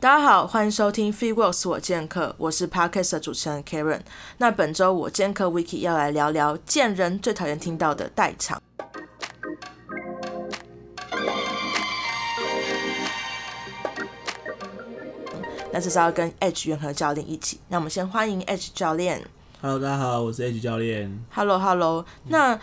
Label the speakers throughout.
Speaker 1: 大家好，欢迎收听 FreeWorks 我剑客，我是 Podcast 的主持人 Karen。那本周我剑客 Wiki 要来聊聊见人最讨厌听到的代偿。那这是要跟 H 元和教练一起。那我们先欢迎 H 教练。
Speaker 2: Hello，大家好，我是 H 教练。
Speaker 1: Hello Hello，那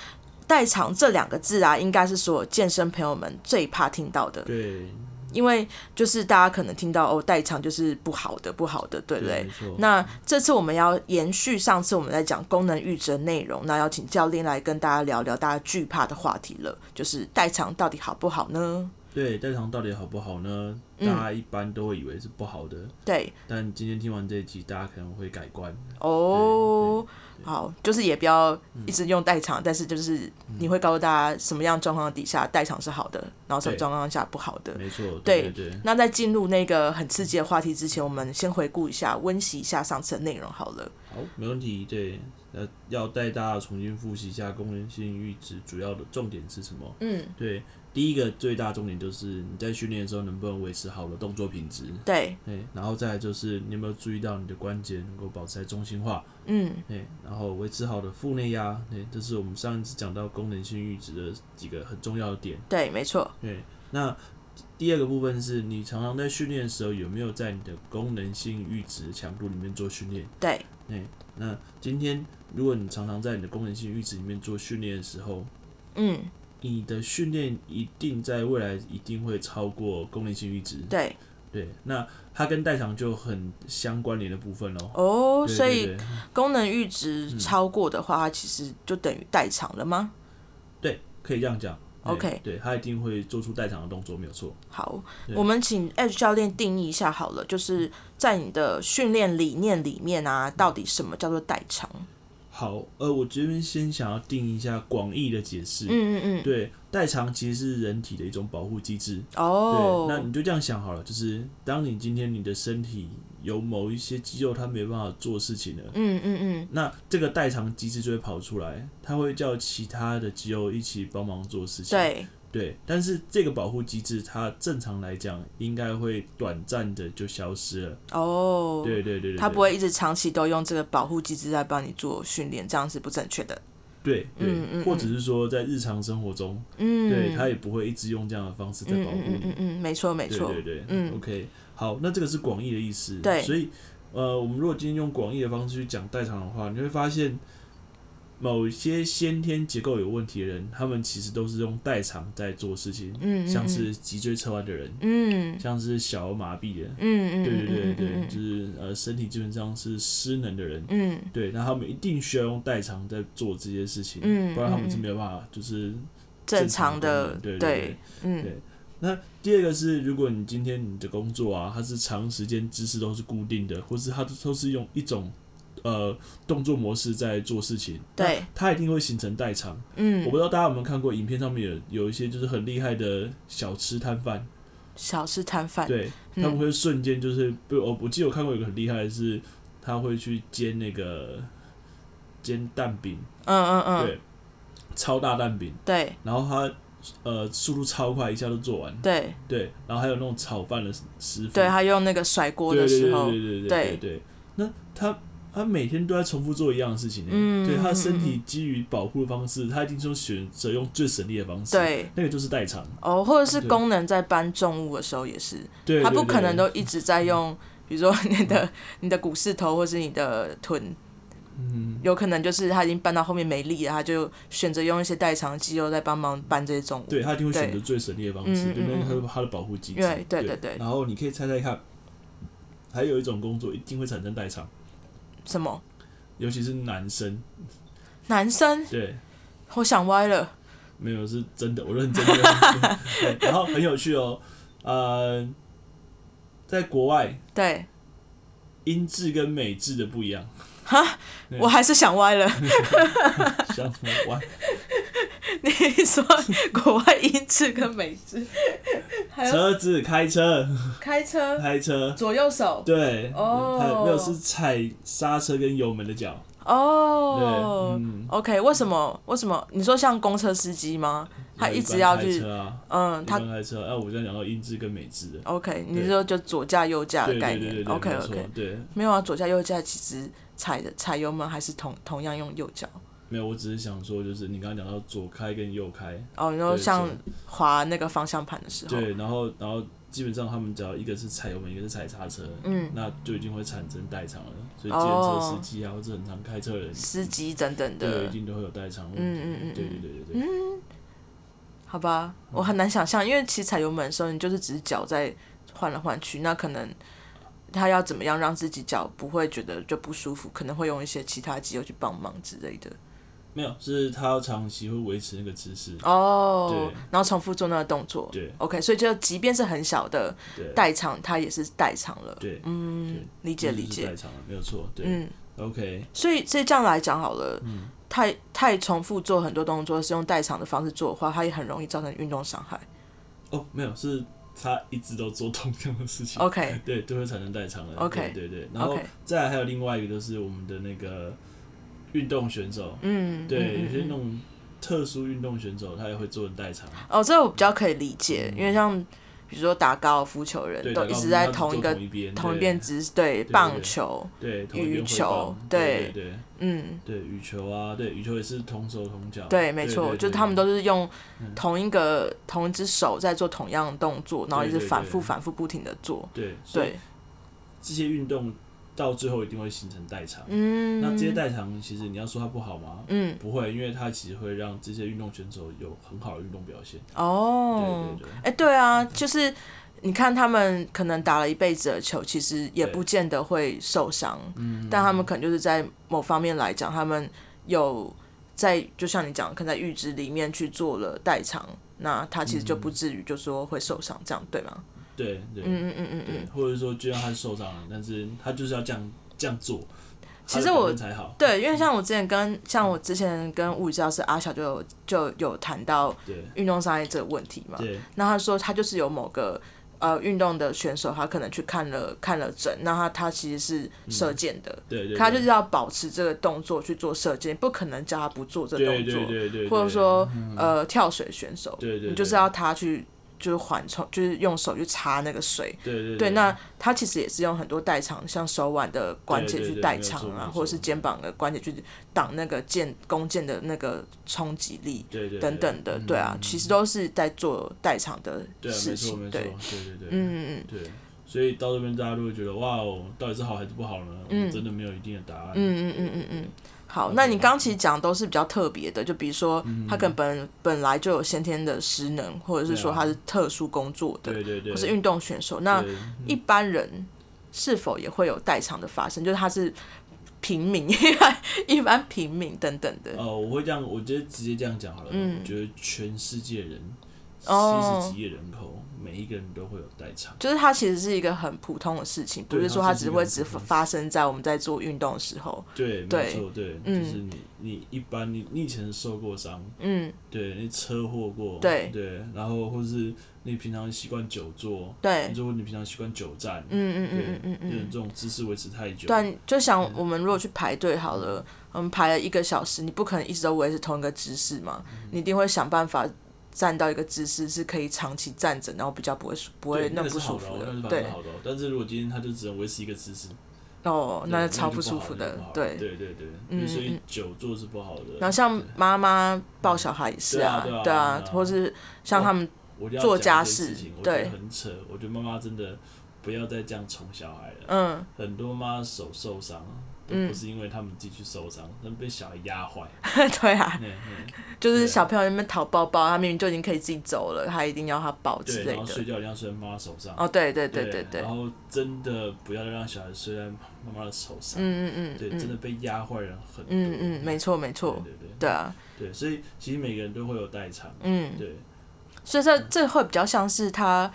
Speaker 1: 代偿这两个字啊，应该是所有健身朋友们最怕听到的。
Speaker 2: 对，
Speaker 1: 因为就是大家可能听到哦，代偿就是不好的，不好的，对不对？
Speaker 2: 没错。
Speaker 1: 那这次我们要延续上次我们在讲功能阈值的内容，那要请教练来跟大家聊聊大家惧怕的话题了，就是代偿到底好不好呢？
Speaker 2: 对代糖到底好不好呢？
Speaker 1: 嗯
Speaker 2: 大家一般都会以为是不好的，
Speaker 1: 对，
Speaker 2: 但今天听完这一集，大家可能会改观。
Speaker 1: 哦，好，就是也不要一直用代偿，但是就是你会告诉大家什么样状况底下代偿是好的，然后什么
Speaker 2: 对
Speaker 1: 状况下不好的。
Speaker 2: 没错，
Speaker 1: 对
Speaker 2: 对对，
Speaker 1: 那在进入那个很刺激的话题之前，我们先回顾一下、温习一下上次的内容好了。
Speaker 2: 好，没问题。对，那要带大家重新复习一下功能性阈值主要的重点是什么？
Speaker 1: 嗯，
Speaker 2: 对，第一个最大重点就是你在训练的时候能不能维持好的动作品质。
Speaker 1: 对，
Speaker 2: 对，然后再来就是你有没有注意到你的关节能够保持在中心化？
Speaker 1: 嗯，
Speaker 2: 对，然后维持好的腹内压，对，这是我们上一次讲到功能性阈值的几个很重要的点。
Speaker 1: 对，没错，
Speaker 2: 对，那第二个部分是你常常在训练的时候有没有在你的功能性阈值强度里面做训练？
Speaker 1: 对，
Speaker 2: 对，那今天如果你常常在你的功能性阈值里面做训练的时候，
Speaker 1: 嗯，
Speaker 2: 你的训练一定在未来一定会超过功能性阈值。
Speaker 1: 对，
Speaker 2: 对，那它跟代偿就很相关联的部分喽。
Speaker 1: 哦，
Speaker 2: 对
Speaker 1: 所
Speaker 2: 对
Speaker 1: 以
Speaker 2: 对
Speaker 1: 功能阈值
Speaker 2: 嗯
Speaker 1: 超过的话，它其实就等于代偿了吗？
Speaker 2: 对，可以这样讲。对
Speaker 1: OK
Speaker 2: 对他一定会做出代偿的动作，没有错。
Speaker 1: 好，
Speaker 2: 对
Speaker 1: 我们请 H 教练定义一下好了，就是在你的训练理念里面
Speaker 2: 嗯
Speaker 1: 啊，到底什么叫做代偿？
Speaker 2: 好，呃，我这边先想要定一下广义的解释。
Speaker 1: 嗯嗯嗯，
Speaker 2: 对，代偿其实是人体的一种保护机制。
Speaker 1: 哦
Speaker 2: 对，，那你就这样想好了，就是当你今天你的身体有某一些肌肉它没办法做事情了，
Speaker 1: 嗯嗯嗯，
Speaker 2: 那这个代偿机制就会跑出来，它会叫其他的肌肉一起帮忙做事情。
Speaker 1: 对，
Speaker 2: 对，但是这个保护机制它正常来讲应该会短暂的就消失了。
Speaker 1: 哦，
Speaker 2: 对对对对，
Speaker 1: 它
Speaker 2: 对
Speaker 1: 不会一直长期都用这个保护机制在帮你做训练，这样是不正确的。
Speaker 2: 对
Speaker 1: 嗯嗯
Speaker 2: 对，或者是说在日常生活中，
Speaker 1: 嗯，
Speaker 2: 对他也不会一直用这样的方式在
Speaker 1: 嗯
Speaker 2: 保护
Speaker 1: 嗯嗯
Speaker 2: 你
Speaker 1: 嗯。嗯，没错没
Speaker 2: 对
Speaker 1: 错，
Speaker 2: 对对，
Speaker 1: 嗯
Speaker 2: ，OK，好，那这个是广义的意思。
Speaker 1: 对
Speaker 2: 所以呃，我们如果今天用广义的方式去讲代偿的话，你会发现某些先天结构有问题的人，他们其实都是用代偿在做事情，
Speaker 1: 嗯，嗯
Speaker 2: 像是脊椎侧弯的人，
Speaker 1: 嗯嗯
Speaker 2: 像是小儿麻痹的，
Speaker 1: 嗯，
Speaker 2: 对对
Speaker 1: 嗯
Speaker 2: 对
Speaker 1: 嗯
Speaker 2: 对，
Speaker 1: 嗯
Speaker 2: 就是呃身体基本上是失能的人。
Speaker 1: 嗯
Speaker 2: 对，那他们一定需要用代偿在做这些事情，
Speaker 1: 嗯
Speaker 2: 不然他们是
Speaker 1: 嗯嗯
Speaker 2: 没有办法，就是
Speaker 1: 正常
Speaker 2: 常
Speaker 1: 的
Speaker 2: 功能对
Speaker 1: 对
Speaker 2: 对，
Speaker 1: 嗯
Speaker 2: 对那第二个是，如果你今天你的工作啊，它是长时间姿势都是固定的，或是它都是用一种呃动作模式在做事情，
Speaker 1: 对，
Speaker 2: 它一定会形成代偿。我
Speaker 1: 嗯
Speaker 2: 不，知道大家有没有看过影片上面有有一些就是很厉害的小吃摊贩，
Speaker 1: 小吃摊贩，
Speaker 2: 对，他
Speaker 1: 嗯
Speaker 2: 们会瞬间就是，不，我我记得我看过有个很厉害的是，他会去煎那个煎蛋饼，
Speaker 1: 嗯嗯嗯，
Speaker 2: 对，超大蛋饼，
Speaker 1: 对
Speaker 2: 然后他。呃，速度超快，一下就做完。
Speaker 1: 对
Speaker 2: 对，然后还有那种炒饭的师傅，
Speaker 1: 对，他用那个甩锅的时候，
Speaker 2: 对对对
Speaker 1: 对
Speaker 2: 对对对。那他他每天都在重复做一样的事情呢、
Speaker 1: 嗯
Speaker 2: 对他的身
Speaker 1: 嗯
Speaker 2: 体基于保护的方式，他一定说选择用最省力的方式，，
Speaker 1: 对
Speaker 2: 那个就是代偿，
Speaker 1: 哦，或者是
Speaker 2: 对
Speaker 1: 功能在搬重物的时候也是，
Speaker 2: 对，
Speaker 1: 他
Speaker 2: 对
Speaker 1: 不可能，
Speaker 2: 对嗯
Speaker 1: 都一直在用，比如说你的你的股四头或是你的臀，
Speaker 2: 嗯，
Speaker 1: 有可能就是他已经搬到后面没力了，他就选择用一些代偿肌肉在帮忙搬这些重物。
Speaker 2: 对他一定会选
Speaker 1: 对
Speaker 2: 择最省力的方
Speaker 1: 嗯
Speaker 2: 式，对，
Speaker 1: 嗯
Speaker 2: 那
Speaker 1: 嗯
Speaker 2: 个他的他的保护机制，
Speaker 1: 对对
Speaker 2: 对
Speaker 1: 对对
Speaker 2: 然后你可以猜猜看，还有一种工作一定会产生代偿，
Speaker 1: 什么？
Speaker 2: 尤其是男生，
Speaker 1: 男生，
Speaker 2: 对。
Speaker 1: 我想歪了。
Speaker 2: 没有，是真的，我认真的。对然后很有趣哦，呃，在国外，
Speaker 1: 对
Speaker 2: 英制跟美制的不一样，对
Speaker 1: 我还是想歪了。
Speaker 2: 像什么玩？
Speaker 1: 你说国外英制跟美 制，还有
Speaker 2: 车子开车
Speaker 1: 开车
Speaker 2: 开车，
Speaker 1: 左右手
Speaker 2: 对，
Speaker 1: 哦
Speaker 2: 还有没有是踩刹车跟油门的脚，
Speaker 1: 哦哦、
Speaker 2: 对嗯
Speaker 1: o k 为什么？为什么？你说像公车司机吗？他一直要
Speaker 2: 一般开
Speaker 1: 去，
Speaker 2: 车啊，
Speaker 1: 嗯，
Speaker 2: 他
Speaker 1: 他
Speaker 2: 开车。哎、啊，我在讲到英制跟美制的
Speaker 1: OK，你
Speaker 2: 对
Speaker 1: 是说就左驾右驾
Speaker 2: 对
Speaker 1: 的概
Speaker 2: 对对对
Speaker 1: 念
Speaker 2: 对
Speaker 1: ？OK
Speaker 2: 没错
Speaker 1: OK，
Speaker 2: 对，
Speaker 1: 没有啊，左驾右驾其实踩的踩油门还是同同样用右脚。
Speaker 2: 没有，我只是想说，就是你刚刚讲到左开跟右开，
Speaker 1: 哦，你说
Speaker 2: 对
Speaker 1: 像
Speaker 2: 是
Speaker 1: 滑那个方向盘的时候，
Speaker 2: 对，然后然后基本上他们只要一个是踩油门，一个是踩刹车，
Speaker 1: 嗯，
Speaker 2: 那就已经会产生代偿了。所以，自行
Speaker 1: 哦
Speaker 2: 车司机啊，或者很常开车的人，
Speaker 1: 司机等等
Speaker 2: 对，
Speaker 1: 的
Speaker 2: 一，定都会有代偿问题。
Speaker 1: 嗯嗯嗯
Speaker 2: 对对对对对，
Speaker 1: 好吧，我很难想象，因为其实踩油门的时候，你就是只是脚在换来换去，那可能他要怎么样让自己脚不会觉得就不舒服，可能会用一些其他肌肉去帮忙之类的。
Speaker 2: 没有，是他要长期会维持那个姿势。
Speaker 1: 哦
Speaker 2: 对，
Speaker 1: 然后重复做那个动作。
Speaker 2: 对
Speaker 1: OK，所以就即便是很小的
Speaker 2: 对，
Speaker 1: 代偿，它也是代偿了。
Speaker 2: 对，
Speaker 1: 嗯
Speaker 2: 对，
Speaker 1: 理
Speaker 2: 这
Speaker 1: 解
Speaker 2: 就是
Speaker 1: 理解
Speaker 2: 代。偿了，没有错。对、
Speaker 1: 嗯，
Speaker 2: o k
Speaker 1: 所以所以这样来讲好了，太太重复做很多动作是用代偿的方式做的话，它也很容易造成运动伤害。
Speaker 2: 哦，没有，是他一直都做同样的事情。
Speaker 1: OK，
Speaker 2: 对，都会产生代偿了。
Speaker 1: OK
Speaker 2: 对对对，然后
Speaker 1: OK
Speaker 2: 再来还有另外一个就是我们的那个运动选手，
Speaker 1: 嗯，
Speaker 2: 对，
Speaker 1: 嗯
Speaker 2: 有些那种特殊运动选手，他也会做人代偿。
Speaker 1: 哦，这个我比较可以理解，因为像比如说打高尔夫球的人
Speaker 2: 嗯对，
Speaker 1: 都
Speaker 2: 打高
Speaker 1: 一
Speaker 2: 尔
Speaker 1: 直
Speaker 2: 夫
Speaker 1: 在
Speaker 2: 他只
Speaker 1: 同一
Speaker 2: 做
Speaker 1: 个
Speaker 2: 同一边，
Speaker 1: 同一
Speaker 2: 对
Speaker 1: 边姿势，对
Speaker 2: 对
Speaker 1: 棒球，
Speaker 2: 对，同一边
Speaker 1: 羽
Speaker 2: 挥
Speaker 1: 球
Speaker 2: 棒
Speaker 1: 对
Speaker 2: 对对
Speaker 1: 嗯，
Speaker 2: 对，羽球啊，对，羽球也是同手同脚，
Speaker 1: 对，没错，
Speaker 2: 啊对
Speaker 1: 就
Speaker 2: 对
Speaker 1: 他们
Speaker 2: 对嗯
Speaker 1: 都是用同一个同一只手在做同样的动作，然后一直
Speaker 2: 对对
Speaker 1: 反复
Speaker 2: 对
Speaker 1: 反复不停的做，
Speaker 2: 对，所以
Speaker 1: 对，
Speaker 2: 这些运动到最后一定会形成代偿。
Speaker 1: 嗯，
Speaker 2: 那这些代偿，其实你要说它不好吗？
Speaker 1: 嗯，
Speaker 2: 不会，因为它其实会让这些运动选手有很好的运动表现。
Speaker 1: 哦
Speaker 2: 对，对对，
Speaker 1: 哎、对啊，就是你看他们可能打了一辈子的球，其实也
Speaker 2: 对嗯
Speaker 1: 不见得会受伤，但他们可能就是在某方面来讲，他们有在就像你讲，可能在阈值里面去做了代偿，那他其实就不至于就说会受伤，这样对吗？
Speaker 2: 对嗯对
Speaker 1: 嗯嗯嗯嗯
Speaker 2: 对
Speaker 1: 嗯，，
Speaker 2: 或者说就算他受伤了，但是他就是要这样这样做，
Speaker 1: 其实
Speaker 2: 他的表
Speaker 1: 我
Speaker 2: 现才好，
Speaker 1: 对，因为像我之前跟像我之前跟物理教师阿小就有就有谈到
Speaker 2: 对
Speaker 1: 运动伤害这个问题嘛，
Speaker 2: 对
Speaker 1: 那他说他就是有某个呃运动的选手，他可能去看了看了诊，那他他其实是射箭的，
Speaker 2: 对嗯对，
Speaker 1: 他就是
Speaker 2: 对
Speaker 1: 要保持这个动作去做射箭，不可能叫他不做这个动
Speaker 2: 对
Speaker 1: 作，
Speaker 2: 对对对，
Speaker 1: 或者
Speaker 2: 对
Speaker 1: 说、呃跳水选手，
Speaker 2: 对对对
Speaker 1: 你就是要他去就是缓冲，就是用手去擦那个水。
Speaker 2: 对对
Speaker 1: 对，那他其实也是用很多代偿，像手腕的关节去代偿
Speaker 2: 对对对没有错
Speaker 1: 啊
Speaker 2: 没，错
Speaker 1: 或者是肩膀的关节去挡那个箭弓箭的那个冲击力。
Speaker 2: 对对
Speaker 1: 等等的，对啊，其实都是在做代偿的
Speaker 2: 对啊，没
Speaker 1: 事
Speaker 2: 错
Speaker 1: 情，
Speaker 2: 没错，
Speaker 1: 对，
Speaker 2: 对对对，
Speaker 1: 嗯嗯
Speaker 2: 对，所以到这边大家都会觉得哇哦，到底是好还是不好呢？我们真的没有一定的答案，
Speaker 1: 嗯嗯嗯嗯嗯嗯，好，那你刚刚其实
Speaker 2: 嗯
Speaker 1: 讲的都是比较特别的，就比如说他可能本本来就有先天的失能，或者是说
Speaker 2: 对啊
Speaker 1: 他是特殊工作的，
Speaker 2: 对对对，
Speaker 1: 或是运动选手，那
Speaker 2: 对
Speaker 1: 一般人是否也会有代偿的发生？就是他是平民， 一般一般平民等等的，
Speaker 2: 呃，我会这样，我觉得直接这样讲好了。
Speaker 1: 嗯
Speaker 2: 我觉得全世界人七
Speaker 1: 哦
Speaker 2: 十几亿人口，每一个人都会有代偿。
Speaker 1: 就是它其实是一个很普通的事情，不
Speaker 2: 对
Speaker 1: 是说
Speaker 2: 它
Speaker 1: 它
Speaker 2: 是一
Speaker 1: 只
Speaker 2: 个
Speaker 1: 会
Speaker 2: 很
Speaker 1: 只
Speaker 2: 普通的
Speaker 1: 发生在我们在做运动的时候，
Speaker 2: 对，
Speaker 1: 对
Speaker 2: 没错，对，
Speaker 1: 嗯
Speaker 2: 就是你，你一般你你以前受过伤，
Speaker 1: 嗯，
Speaker 2: 对你车祸过，
Speaker 1: 对
Speaker 2: 然后或是你平常习惯久坐，
Speaker 1: 对，
Speaker 2: 如果你平常习惯久站，
Speaker 1: 嗯嗯嗯
Speaker 2: 对
Speaker 1: 嗯，嗯嗯
Speaker 2: 就是。这种姿势维持太久，
Speaker 1: 对，啊就想我们如果去排队好了，我们排了一个小时，你不可能一直都维持同一个姿势嘛，
Speaker 2: 嗯
Speaker 1: 你一定会想办法站到一个姿势是可以长期站着，然后比较不会舒不会
Speaker 2: 对那
Speaker 1: 么
Speaker 2: 个
Speaker 1: 不
Speaker 2: 是
Speaker 1: 舒
Speaker 2: 好的哦
Speaker 1: 服，
Speaker 2: 那
Speaker 1: 的
Speaker 2: 是。反
Speaker 1: 对
Speaker 2: 正，好的哦。但是如果今天他就只能维持一个姿势，
Speaker 1: 哦，那
Speaker 2: 对
Speaker 1: 超
Speaker 2: 就
Speaker 1: 不舒
Speaker 2: 好
Speaker 1: 服
Speaker 2: 那就
Speaker 1: 的
Speaker 2: 不好，
Speaker 1: 对。
Speaker 2: 对对对，
Speaker 1: 嗯
Speaker 2: 所
Speaker 1: 嗯
Speaker 2: 以
Speaker 1: 嗯
Speaker 2: 久坐是不好的。
Speaker 1: 然后像妈妈抱小孩也是
Speaker 2: 对啊对啊
Speaker 1: 对啊
Speaker 2: 对，啊
Speaker 1: 或是像他们
Speaker 2: 我一定要
Speaker 1: 做家
Speaker 2: 讲一件事
Speaker 1: 事
Speaker 2: 情我觉
Speaker 1: 对
Speaker 2: 得很扯。我觉得妈妈真的不要再这样宠小孩了。
Speaker 1: 嗯，
Speaker 2: 很多妈妈手受伤，都
Speaker 1: 嗯
Speaker 2: 不是因为他们自己去受伤，他们被小孩压坏。
Speaker 1: 对啊，
Speaker 2: 嗯嗯
Speaker 1: 就是
Speaker 2: 对
Speaker 1: 小朋友在那边讨抱抱，他明明就已经可以自己走了，他一定要他抱之
Speaker 2: 对，
Speaker 1: 类
Speaker 2: 然后睡
Speaker 1: 的。
Speaker 2: 觉一定要睡在妈妈手上。
Speaker 1: 哦，对对
Speaker 2: 对啊
Speaker 1: 对对对，
Speaker 2: 然后真的不要再让小孩睡在妈妈的手上。
Speaker 1: 嗯嗯
Speaker 2: 对，
Speaker 1: 嗯
Speaker 2: 真
Speaker 1: 嗯
Speaker 2: 的被压坏人很多。
Speaker 1: 嗯嗯，没错没
Speaker 2: 对
Speaker 1: 错，
Speaker 2: 对对
Speaker 1: 对啊，
Speaker 2: 对，所以其实每个人都会有代偿。
Speaker 1: 嗯。
Speaker 2: 对
Speaker 1: 所以这这会比较像是它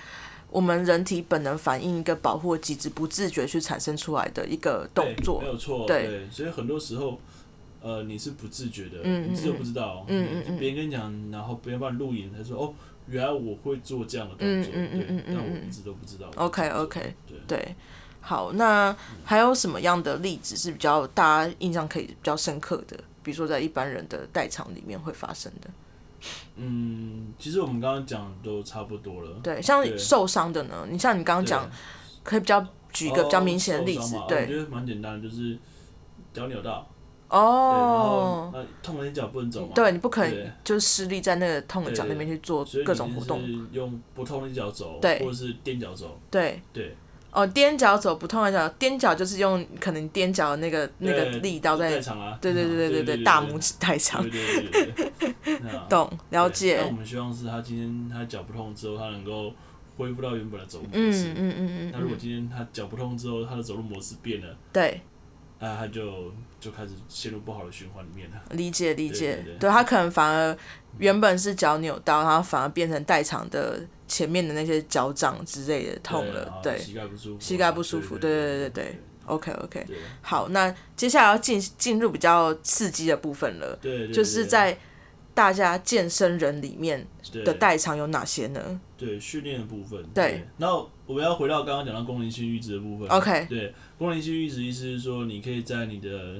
Speaker 1: 我们人体本能反应一个保护机制，不自觉去产生出来的一个动
Speaker 2: 对
Speaker 1: 作
Speaker 2: 没。有错。
Speaker 1: 对
Speaker 2: 对，所以很多时候。呃，你是不自觉的，
Speaker 1: 嗯
Speaker 2: 你自己
Speaker 1: 嗯
Speaker 2: 都不知道，
Speaker 1: 嗯嗯嗯
Speaker 2: 别人跟你讲，然后别人帮你录影，他说哦，原来我会做这样的动作，
Speaker 1: 嗯嗯嗯嗯
Speaker 2: 对，
Speaker 1: 嗯
Speaker 2: 但我
Speaker 1: 嗯
Speaker 2: 一直都不知道。
Speaker 1: OK，OK，
Speaker 2: 对
Speaker 1: 对，好，那还有什么样的例子是比较大家印象可以比较深刻的？比如说在一般人的代偿里面会发生的，
Speaker 2: 嗯，其实我们刚刚讲的都差不多了。
Speaker 1: 对，像
Speaker 2: 对
Speaker 1: 受伤的呢，你像你刚刚讲，可以比较举一个比较明显的例子
Speaker 2: 哦受伤嘛，我
Speaker 1: 对，
Speaker 2: 觉得蛮简单的，就是脚扭到，对，然后
Speaker 1: 哦，
Speaker 2: 呃痛了你脚不能走嘛，
Speaker 1: 对，你不可
Speaker 2: 对
Speaker 1: 能就是施力在那个痛的脚那边去做
Speaker 2: 所以
Speaker 1: 各种
Speaker 2: 你
Speaker 1: 活
Speaker 2: 就
Speaker 1: 动，
Speaker 2: 是用不痛的脚走，
Speaker 1: 对
Speaker 2: 或者是踮脚走，
Speaker 1: 对，
Speaker 2: 对，
Speaker 1: 哦，踮脚走不痛的脚，踮脚就是用可能踮脚的那个那个
Speaker 2: 对
Speaker 1: 力道在，
Speaker 2: 代偿啊，
Speaker 1: 对对对
Speaker 2: 对
Speaker 1: 对
Speaker 2: 对，
Speaker 1: 大拇指代偿，
Speaker 2: 对，对对对对，对啊
Speaker 1: 懂了解
Speaker 2: 对，那我们希望是他今天他脚不痛之后，他能够恢复到原本的走路模
Speaker 1: 嗯
Speaker 2: 式。
Speaker 1: 嗯嗯嗯
Speaker 2: 那如果
Speaker 1: 嗯，
Speaker 2: 今天他脚不痛之后，他的走路模式变了，
Speaker 1: 对，
Speaker 2: 那他就就开始陷入不好的循环里面了。
Speaker 1: 理解理解，
Speaker 2: 对对对
Speaker 1: 他可能反而原本是脚扭到，然后反而变成代偿的前面的那些脚掌之类的痛
Speaker 2: 然
Speaker 1: 了
Speaker 2: 后，
Speaker 1: 对
Speaker 2: 膝盖不舒服啊，
Speaker 1: 膝盖不舒服，对对对对
Speaker 2: 对
Speaker 1: 对，OK OK，
Speaker 2: 对
Speaker 1: 好，那接下来要进进入比较刺激的部分了，
Speaker 2: 对对对，
Speaker 1: 就是在大家健身人里面
Speaker 2: 对
Speaker 1: 的代偿有哪些呢？
Speaker 2: 对训练的部分，
Speaker 1: 对
Speaker 2: 对。然后我们要回到刚刚讲到功能性阈值的部分
Speaker 1: OK
Speaker 2: 对，功能性阈值意思是说，你可以在你的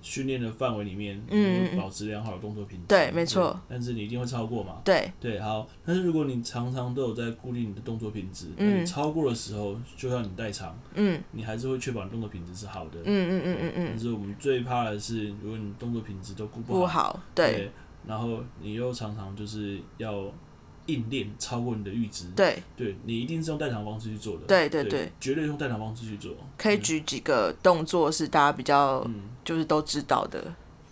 Speaker 2: 训练的范围里面，
Speaker 1: 嗯嗯嗯
Speaker 2: 保持良好的动作品质，
Speaker 1: 对没错。
Speaker 2: 但是你一定会超过嘛？
Speaker 1: 对，
Speaker 2: 对，好。但是如果你常常都有在固定你的动作品质，
Speaker 1: 嗯
Speaker 2: 那你超过的时候，就算你代偿，
Speaker 1: 嗯
Speaker 2: 你还是会确保你动作品质是好的。
Speaker 1: 嗯嗯嗯嗯
Speaker 2: 但
Speaker 1: 嗯，
Speaker 2: 是我们最怕的是，如果你动作品质都顾
Speaker 1: 不好，对
Speaker 2: 对，然后你又常常就是要硬练超过你的阈值，
Speaker 1: 对
Speaker 2: 对你一定是用代偿方式去做的，
Speaker 1: 对对
Speaker 2: 对
Speaker 1: 对，
Speaker 2: 绝对用代偿方式去做。
Speaker 1: 可以
Speaker 2: 嗯
Speaker 1: 举几个动作是大家比较
Speaker 2: 嗯，
Speaker 1: 就是都知道的，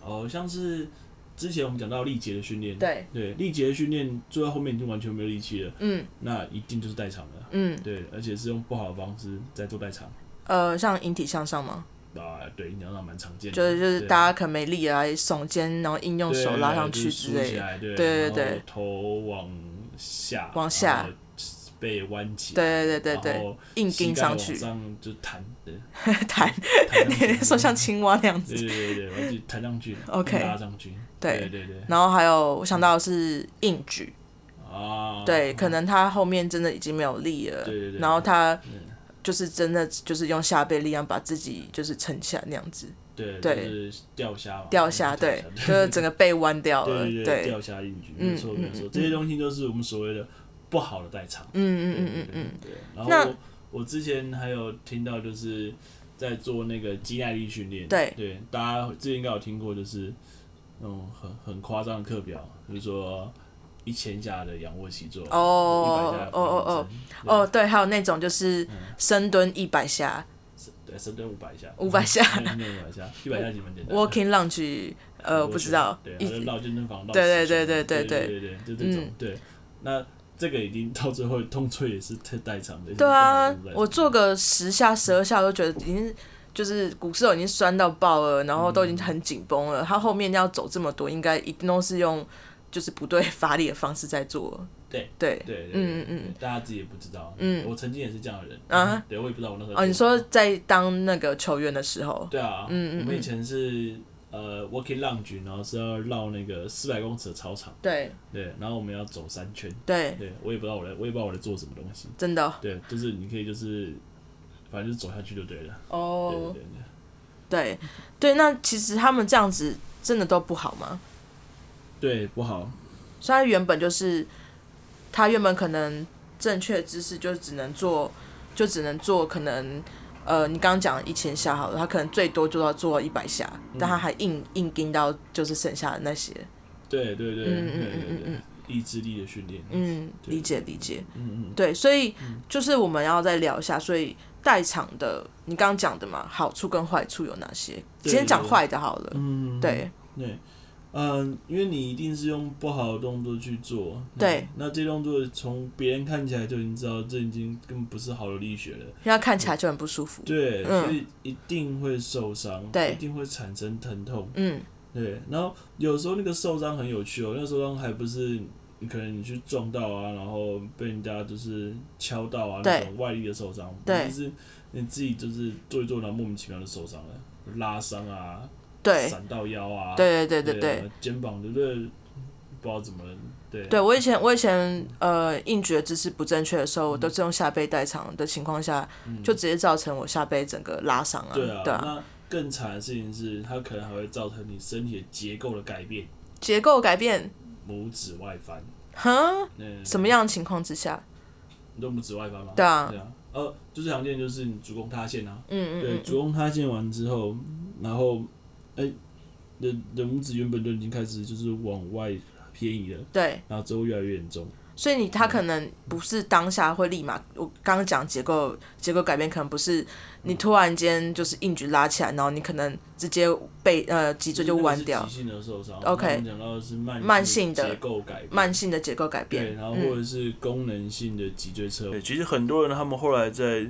Speaker 2: 哦，像是之前我们讲到力竭的训练，
Speaker 1: 对，
Speaker 2: 对，力竭的训练做到后面已经完全没有力气了，
Speaker 1: 嗯
Speaker 2: 那一定就是代偿了，
Speaker 1: 嗯。
Speaker 2: 对，而且是用不好的方式在做代偿，
Speaker 1: 呃，像引体向上嘛，
Speaker 2: 啊，对，你要让蛮常见的，
Speaker 1: 就是就是
Speaker 2: 对
Speaker 1: 大家可能没力啊，耸肩，然后硬用
Speaker 2: 对
Speaker 1: 手拉上
Speaker 2: 就
Speaker 1: 去
Speaker 2: 是竖
Speaker 1: 之类
Speaker 2: 起
Speaker 1: 的。
Speaker 2: 来对
Speaker 1: 对
Speaker 2: 然
Speaker 1: 对
Speaker 2: 后
Speaker 1: 对
Speaker 2: 头往下，
Speaker 1: 往下，
Speaker 2: 背弯起，
Speaker 1: 对对对对
Speaker 2: 然
Speaker 1: 对，
Speaker 2: 后
Speaker 1: 硬
Speaker 2: 膝
Speaker 1: 盯
Speaker 2: 盖
Speaker 1: 上
Speaker 2: 往
Speaker 1: 去，
Speaker 2: 上就弹，对，
Speaker 1: 弹，
Speaker 2: 弹上去
Speaker 1: 说像青蛙那样
Speaker 2: 对
Speaker 1: 子。
Speaker 2: 对对对，然后就弹上去
Speaker 1: OK
Speaker 2: 拉上去，
Speaker 1: 对
Speaker 2: 对对对，
Speaker 1: 然后还有我想到的是硬举，
Speaker 2: 啊，
Speaker 1: 对，可能他后面真的已经没有力了，
Speaker 2: 对对对
Speaker 1: 然后他就是真的就是用下背力量把自己就是撑起来那样子，
Speaker 2: 对
Speaker 1: 对
Speaker 2: 就是掉虾嘛，
Speaker 1: 掉下，
Speaker 2: 就是
Speaker 1: 对
Speaker 2: 掉，
Speaker 1: 就是整个背弯掉了，
Speaker 2: 对对对，
Speaker 1: 对，
Speaker 2: 掉虾硬举，
Speaker 1: 嗯
Speaker 2: 没错
Speaker 1: 嗯
Speaker 2: 没错，
Speaker 1: 嗯
Speaker 2: 这些东西都是我们所谓的不好的代偿，
Speaker 1: 嗯嗯嗯
Speaker 2: 对
Speaker 1: 嗯嗯，
Speaker 2: 对对，然
Speaker 1: 那
Speaker 2: 后我我之前还有听到就是在做那个肌耐力训练，
Speaker 1: 对
Speaker 2: 对，大家之前应该有听过，就是那种很很夸张的课表，比如说一千下的仰卧起坐，
Speaker 1: 哦哦哦哦哦哦，对，还有那种就是深蹲一百下，
Speaker 2: 对，深蹲五百下，
Speaker 1: 500下
Speaker 2: 深蹲五百下，一百下其实蛮简单的。
Speaker 1: walking lunge，呃，不知道，
Speaker 2: 对，
Speaker 1: 一
Speaker 2: 还是绕健身房绕
Speaker 1: 对
Speaker 2: 十圈
Speaker 1: 对对
Speaker 2: 对
Speaker 1: 对嗯
Speaker 2: 对对，就这种对。那这个已经到最后痛脆也是太代偿的。
Speaker 1: 对啊
Speaker 2: 也是不好的代，偿
Speaker 1: 我做个十下、十二下都觉得已经就是股市都已经酸到爆了，然后都已经很紧绷了。他后面要走这么多，应该一定都是用就是不对发力的方式在做。
Speaker 2: 对
Speaker 1: 对
Speaker 2: 对对，
Speaker 1: 嗯
Speaker 2: 对
Speaker 1: 嗯
Speaker 2: 对
Speaker 1: 嗯。
Speaker 2: 大家自己也不知道，
Speaker 1: 嗯
Speaker 2: 我曾经也是这样的人
Speaker 1: 啊，
Speaker 2: 对，我也不知道我那时候
Speaker 1: 哦，你说在当那个球员的时候，
Speaker 2: 对啊，
Speaker 1: 嗯嗯嗯
Speaker 2: 我们以前是呃 walking lunge，然后是要绕那个四百公尺的操场，
Speaker 1: 对
Speaker 2: 对，然后我们要走三圈，
Speaker 1: 对，
Speaker 2: 对我也不知道我在，我也不知道我在做什么东西，
Speaker 1: 真的哦
Speaker 2: 对，就是你可以就是反正就是走下去就对了，对对
Speaker 1: 哦，
Speaker 2: 对。对
Speaker 1: 对对，那其实他们这样子真的都不好吗？
Speaker 2: 对，不好，
Speaker 1: 所以他原本就是，他原本可能正确姿势就只能做，就只能做可能，呃，你刚刚讲一千下好了，他可能最多就要做一百下，但他还硬硬盯到就是剩下的那些，
Speaker 2: 对对对，
Speaker 1: 嗯嗯
Speaker 2: 对
Speaker 1: 嗯
Speaker 2: 对
Speaker 1: 嗯
Speaker 2: 对，意志力的训练，
Speaker 1: 嗯，
Speaker 2: 对
Speaker 1: 理解理解，
Speaker 2: 嗯嗯，
Speaker 1: 对，所以就是我们要再聊一下，所以代偿的，你刚刚讲的嘛，好处跟坏处有哪些？
Speaker 2: 对
Speaker 1: 先讲坏的好了，
Speaker 2: 嗯，
Speaker 1: 对
Speaker 2: 对，嗯，因为你一定是用不好的动作去做，
Speaker 1: 对
Speaker 2: 那，那这些动作从别人看起来就已经知道这已经根本不是好的力学了，
Speaker 1: 因为他看起来就很不舒服，
Speaker 2: 对，
Speaker 1: 嗯
Speaker 2: 所以一定会受伤，
Speaker 1: 对
Speaker 2: 一定会产生疼痛，
Speaker 1: 嗯，
Speaker 2: 对，然后有时候那个受伤很有趣哦，那个受伤还不是。你可能你去撞到啊，然后被人家就是敲到啊，那
Speaker 1: 对
Speaker 2: 种外力的受伤，
Speaker 1: 对
Speaker 2: 就是你自己就是做一做，然后莫名其妙就受伤了，拉伤啊，
Speaker 1: 对，
Speaker 2: 闪到腰啊，
Speaker 1: 对对对对
Speaker 2: 对
Speaker 1: 对，
Speaker 2: 啊，肩膀对不对？不知道怎么对
Speaker 1: 对我啊以前我以前呃硬觉得姿势不正确的时候，我都是用下背代偿的情况下，就直接造成我下背整个拉伤啊，
Speaker 2: 嗯对啊，那更惨的事情是，它可能还会造成你身体的结构的改变，
Speaker 1: 结构改变，
Speaker 2: 拇指外翻。
Speaker 1: 哼，
Speaker 2: 嗯，
Speaker 1: 什么样的情况之下？
Speaker 2: 你都拇指外翻吗？
Speaker 1: 对啊
Speaker 2: 对啊，呃，最常见就是你足弓塌陷啊。
Speaker 1: 嗯
Speaker 2: 对，
Speaker 1: 嗯
Speaker 2: 足弓塌陷完之后，然后，哎、人人拇指原本就已经开始就是往外偏移了，
Speaker 1: 嗯，对，
Speaker 2: 然后之后越来越严重。
Speaker 1: 所以你他可能不是当下会立马，我刚刚讲结构结构改变，可能不是你突然间就是硬举拉起来，然后你可能直接被呃脊椎就弯
Speaker 2: 那
Speaker 1: 掉
Speaker 2: 个，是急性的受伤。
Speaker 1: OK
Speaker 2: 那我们讲到的是慢
Speaker 1: 慢性的
Speaker 2: 结构改变。
Speaker 1: 慢性的结构改
Speaker 2: 对，
Speaker 1: 变，
Speaker 2: 然后或
Speaker 1: 嗯，
Speaker 2: 者是功能性的脊椎侧。对，其实很多人他们后来在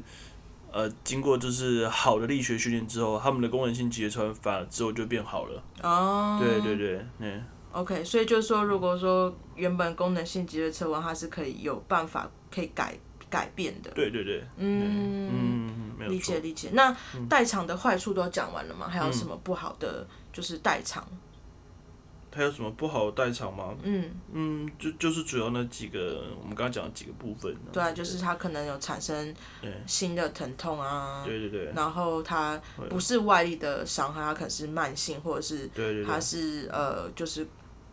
Speaker 2: 呃经过就是好的力学训练之后，他们的功能性脊椎侧反而之后就变好了。
Speaker 1: 哦，
Speaker 2: 对对对，嗯，
Speaker 1: OK，所以就是说，如果说原本功能性脊椎侧弯，它是可以有办法可以改改变的。
Speaker 2: 对对对，
Speaker 1: 嗯，
Speaker 2: 嗯，没有
Speaker 1: 理
Speaker 2: 错嗯
Speaker 1: 解。理解。那代偿的坏处都讲完了吗？还有什么不好的？就是代偿。
Speaker 2: 它有什么不好的代偿吗？
Speaker 1: 嗯，
Speaker 2: 嗯，就就是主要那几个我们刚刚讲的几个部分。
Speaker 1: 对啊，就是它可能有产生
Speaker 2: 对
Speaker 1: 新的疼痛啊，
Speaker 2: 对对对
Speaker 1: 然后它不是外力的伤害，它可能是慢性或者是
Speaker 2: 对对
Speaker 1: 它
Speaker 2: 对，
Speaker 1: 是呃就是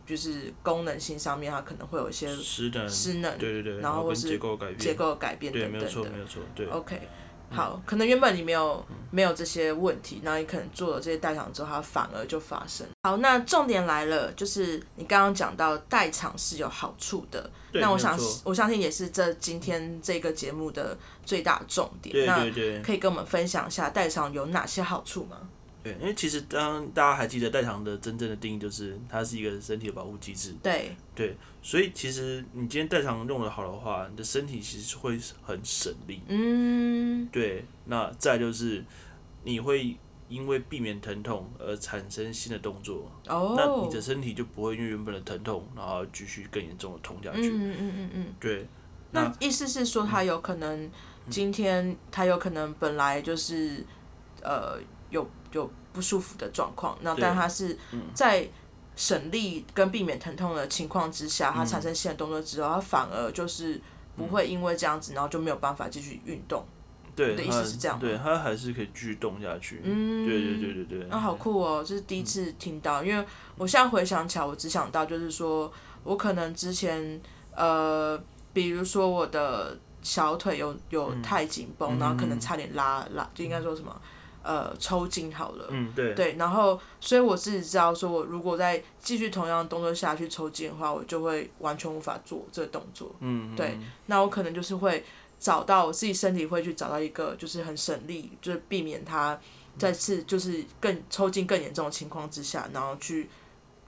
Speaker 1: 就是功能性上面它可能会有一些
Speaker 2: 失能，
Speaker 1: 失能、
Speaker 2: 对对对，
Speaker 1: 然后
Speaker 2: 后
Speaker 1: 或
Speaker 2: 跟
Speaker 1: 是
Speaker 2: 结构改
Speaker 1: 结
Speaker 2: 变，
Speaker 1: 构改变
Speaker 2: 对，
Speaker 1: 等
Speaker 2: 没
Speaker 1: 等
Speaker 2: 有
Speaker 1: 的。哦
Speaker 2: 错没有错，对，嗯
Speaker 1: OK，好，可能原本你没有没有这些问题，那你可能做了这些代偿之后，它反而就发生。好，那重点来了，就是你刚刚讲到代偿是有好处的，
Speaker 2: 对
Speaker 1: 那我
Speaker 2: 没有
Speaker 1: 想
Speaker 2: 错
Speaker 1: 我相信也是这今天这个节目的最大重点。
Speaker 2: 对
Speaker 1: 那
Speaker 2: 对对。
Speaker 1: 可以跟我们分享一下代偿有哪些好处吗？
Speaker 2: 对，因为其实当大家还记得代糖的真正的定义，就是它是一个身体的保护机制。
Speaker 1: 对，
Speaker 2: 所以其实你今天代糖用的好的话，你的身体其实会很省力。
Speaker 1: 嗯，
Speaker 2: 对，那再就是你会因为避免疼痛而产生新的动作，那
Speaker 1: 哦
Speaker 2: 你，的身体就不会因为原本的疼痛，然后继续更严重的痛下
Speaker 1: 嗯
Speaker 2: 去。
Speaker 1: 嗯嗯嗯嗯。
Speaker 2: 对，
Speaker 1: 那意思是说，他有可能今天他有可能本来就是呃有有不舒服的状况，那
Speaker 2: 对嗯
Speaker 1: 但他是在省力跟避免疼痛的情况之下，他产
Speaker 2: 嗯
Speaker 1: 生新的动作之后，他反而就是不会因为这样子，然后就没有办法继续运动。
Speaker 2: 对，
Speaker 1: 你的意
Speaker 2: 它
Speaker 1: 思是这样吗
Speaker 2: 对，它还是可以继续动下去。
Speaker 1: 嗯，
Speaker 2: 对对对对对。
Speaker 1: 那好酷哦，这是第一次听到，因为我现在回想起来，我只想到就是说我可能之前呃，比如说我的小腿有有太紧绷，然后可能差点拉拉，就应该说什么呃抽筋好了。
Speaker 2: 嗯，对，
Speaker 1: 对，然后所以我自己知道，说我如果再继续同样的动作下去抽筋的话，我就会完全无法做这个动作。
Speaker 2: 嗯，
Speaker 1: 对，那我可能就是会找到我自己身体会去找到一个就是很省力，就是避免它再次就是更抽筋更严重的情况之下，然后去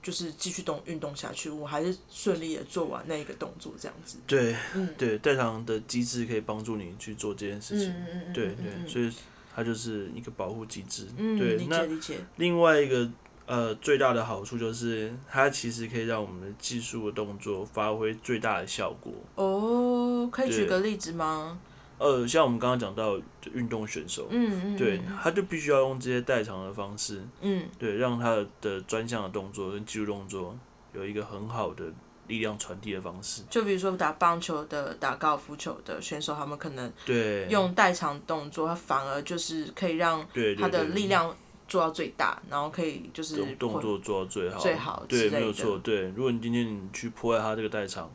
Speaker 1: 就是继续动运动下去，我还是顺利的做完那一个动作这样子。
Speaker 2: 对
Speaker 1: 嗯
Speaker 2: 对，代糖的机制可以帮助你去做这件事情。
Speaker 1: 嗯嗯
Speaker 2: 对对，所以它就是一个保护机制。
Speaker 1: 嗯，
Speaker 2: 对，
Speaker 1: 理解
Speaker 2: 那
Speaker 1: 理解，
Speaker 2: 另外一个呃最大的好处就是，它其实可以让我们的技术的动作发挥最大的效果。
Speaker 1: 哦，可以举
Speaker 2: 对
Speaker 1: 个例子吗？
Speaker 2: 呃，像我们刚刚讲到就运动选手，
Speaker 1: 嗯嗯，
Speaker 2: 对
Speaker 1: 嗯，
Speaker 2: 他就必须要用这些代偿的方式，
Speaker 1: 嗯，
Speaker 2: 对，让他的专项的动作跟技术动作有一个很好的力量传递的方式。
Speaker 1: 就比如说打棒球的、打高尔夫球的选手，他们可能
Speaker 2: 对，
Speaker 1: 用代偿动作，他反而就是可以让
Speaker 2: 对对
Speaker 1: 他的
Speaker 2: 对
Speaker 1: 力量做到最大，然后可以就是
Speaker 2: 动动作做到最好，
Speaker 1: 最好之
Speaker 2: 对，
Speaker 1: 类
Speaker 2: 没
Speaker 1: 的
Speaker 2: 有错，对。如果你今天你去破坏他这个代偿，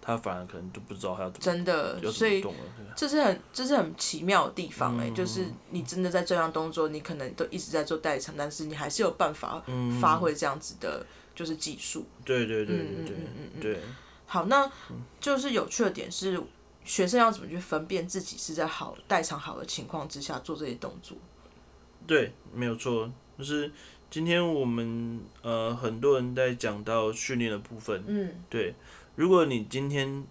Speaker 2: 他反而可能就不知道他要怎么
Speaker 1: 真的，所
Speaker 2: 要怎么
Speaker 1: 以
Speaker 2: 动嗯了。对
Speaker 1: 这是很这是很奇妙的地方哎、就是你真的在这样动作，你可能都一直在做代偿，但是你还是有办法发挥这样子的，就是技术。
Speaker 2: 对嗯对对
Speaker 1: 嗯
Speaker 2: 对
Speaker 1: 嗯
Speaker 2: 对对，
Speaker 1: 好，那就是有趣的点是，学生要怎么去分辨自己是在好代偿好的情况之下做这些动作？
Speaker 2: 对，没有错，就是今天我们呃很多人在讲到训练的部分，
Speaker 1: 嗯，
Speaker 2: 对，如果你今天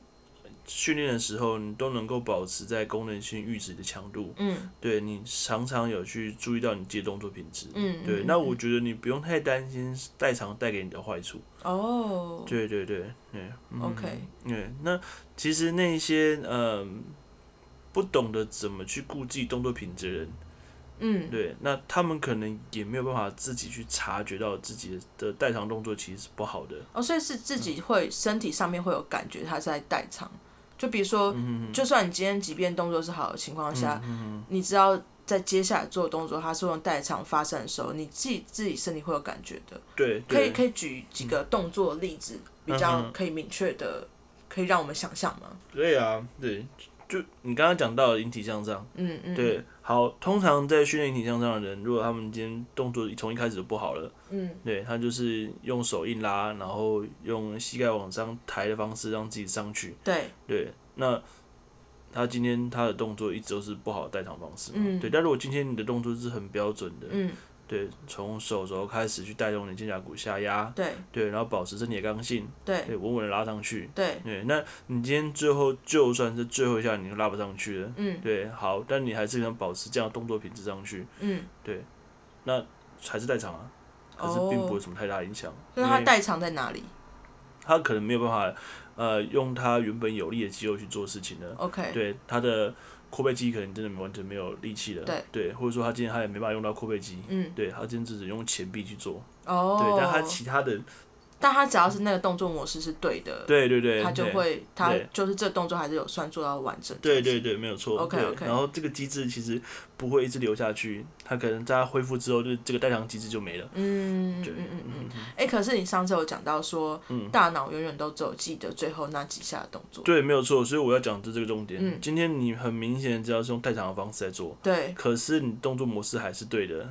Speaker 2: 训练的时候你都能够保持在功能性阈值的强度，
Speaker 1: 嗯，
Speaker 2: 对你常常有去注意到你自己的动作品质，
Speaker 1: 嗯
Speaker 2: 对，
Speaker 1: 嗯
Speaker 2: 那我觉得你不用太担心代偿带给你的坏处，
Speaker 1: 哦、
Speaker 2: 对对对，对，嗯
Speaker 1: o k
Speaker 2: 对，那呃其实那些嗯、不懂得怎么去顾忌动作品质的人，
Speaker 1: 嗯，
Speaker 2: 对，那他们可能也没有办法自己去察觉到自己的代偿动作其实是不好的。
Speaker 1: 哦，所以是自己会身体上面会有感觉，他在代偿。就比如说，就算你今天即便动作是好的情况下，你知道在接下来做的动作它是用代偿发生的时候，你自己自己身体会有感觉的。
Speaker 2: 对，
Speaker 1: 可以
Speaker 2: 对
Speaker 1: 可以举几个动作例子，比较可以明确的，可以让我们想象吗？
Speaker 2: 对啊，对，就你刚刚讲到的引体向上，
Speaker 1: 嗯嗯，
Speaker 2: 对，好，通常在训练引体向上的人，如果他们今天动作从一开始就不好了，
Speaker 1: 嗯，
Speaker 2: 对他就是用手硬拉，然后用膝盖往上抬的方式让自己上去，
Speaker 1: 对，
Speaker 2: 对，那他今天他的动作一直都是不好的代偿方式嘛，
Speaker 1: 嗯
Speaker 2: 对，但如果今天你的动作是很标准的，
Speaker 1: 嗯
Speaker 2: 对，从手肘开始去带动你肩胛骨下压，
Speaker 1: 对
Speaker 2: 对，然后保持身体的刚性，
Speaker 1: 对
Speaker 2: 对，稳稳的拉上去，
Speaker 1: 对，
Speaker 2: 对，那你今天最后就算是最后一下你拉不上去了，
Speaker 1: 嗯
Speaker 2: 对，好，但你还是想保持这样的动作品质上去，
Speaker 1: 嗯，
Speaker 2: 那还是代偿啊，可是并不会有什么太大影响，
Speaker 1: 哦那
Speaker 2: 因
Speaker 1: 它
Speaker 2: 为
Speaker 1: 代偿在哪里
Speaker 2: 他可能没有办法，呃，用他原本有力的肌肉去做事情了，
Speaker 1: ？OK，
Speaker 2: 对，他的阔背肌可能真的完全没有力气了，
Speaker 1: 对
Speaker 2: 或者说他今天他也没办法用到阔背肌，
Speaker 1: 嗯，
Speaker 2: 对他今天只能用前臂去做，
Speaker 1: 哦，
Speaker 2: 对，但他其他的，
Speaker 1: 但他只要是那个动作模式是对的，
Speaker 2: 对对对，
Speaker 1: 他就
Speaker 2: 对
Speaker 1: 会他
Speaker 2: 对
Speaker 1: 就是这动作还是有算做到完整。
Speaker 2: 对对对，没有错。
Speaker 1: OK，
Speaker 2: 对
Speaker 1: OK
Speaker 2: 然后这个机制其实不会一直留下去，它可能在它恢复之后，就是这个代偿机制就没了。
Speaker 1: 嗯，嗯
Speaker 2: 对嗯
Speaker 1: 嗯嗯嗯。哎、可是你上次有讲到说，大脑永远都只有记得最后那几下的动作。
Speaker 2: 对，没有错。所以我要讲的这个重点。
Speaker 1: 嗯
Speaker 2: 今天你很明显知道是用代偿的方式在做，
Speaker 1: 对，
Speaker 2: 可是你动作模式还是对的，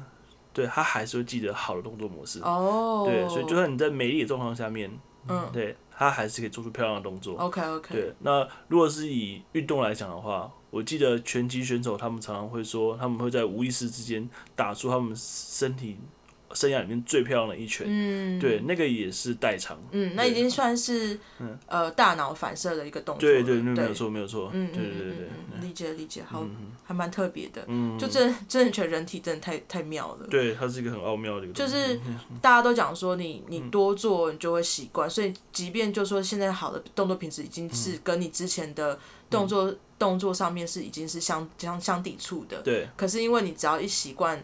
Speaker 2: 对，它还是会记得好的动作模式。
Speaker 1: 哦，
Speaker 2: 对，所以就算你在没力的状况下面，
Speaker 1: 嗯
Speaker 2: 对，它还是可以做出漂亮的动作。
Speaker 1: ，OK OK，
Speaker 2: 对，那如果是以运动来讲的话，我记得拳击选手他们常常会说，他们会在无意识之间打出他们身体生涯里面最漂亮的一拳。
Speaker 1: 嗯，
Speaker 2: 对，，那个也是代偿。
Speaker 1: 嗯，那已经算是呃大脑反射的一个动作了。
Speaker 2: 对对，那没有
Speaker 1: 对，
Speaker 2: 错，没有错。
Speaker 1: 嗯
Speaker 2: 对
Speaker 1: 嗯
Speaker 2: 对对
Speaker 1: 嗯
Speaker 2: 对
Speaker 1: 嗯嗯，理解理解，好，
Speaker 2: 嗯
Speaker 1: 还蛮特别的。
Speaker 2: 嗯，
Speaker 1: 就真真的觉得人体真的太太妙了。
Speaker 2: 对，它是一个很奥妙的一个
Speaker 1: 就
Speaker 2: 东西。
Speaker 1: 是大家都讲说你
Speaker 2: 嗯
Speaker 1: 你多做你就会习惯，所以即便就说现在好的动作品质已经
Speaker 2: 嗯
Speaker 1: 是跟你之前的动作、动作上面是已经是相相相抵触的，
Speaker 2: 对
Speaker 1: 可是因为你只要一习惯，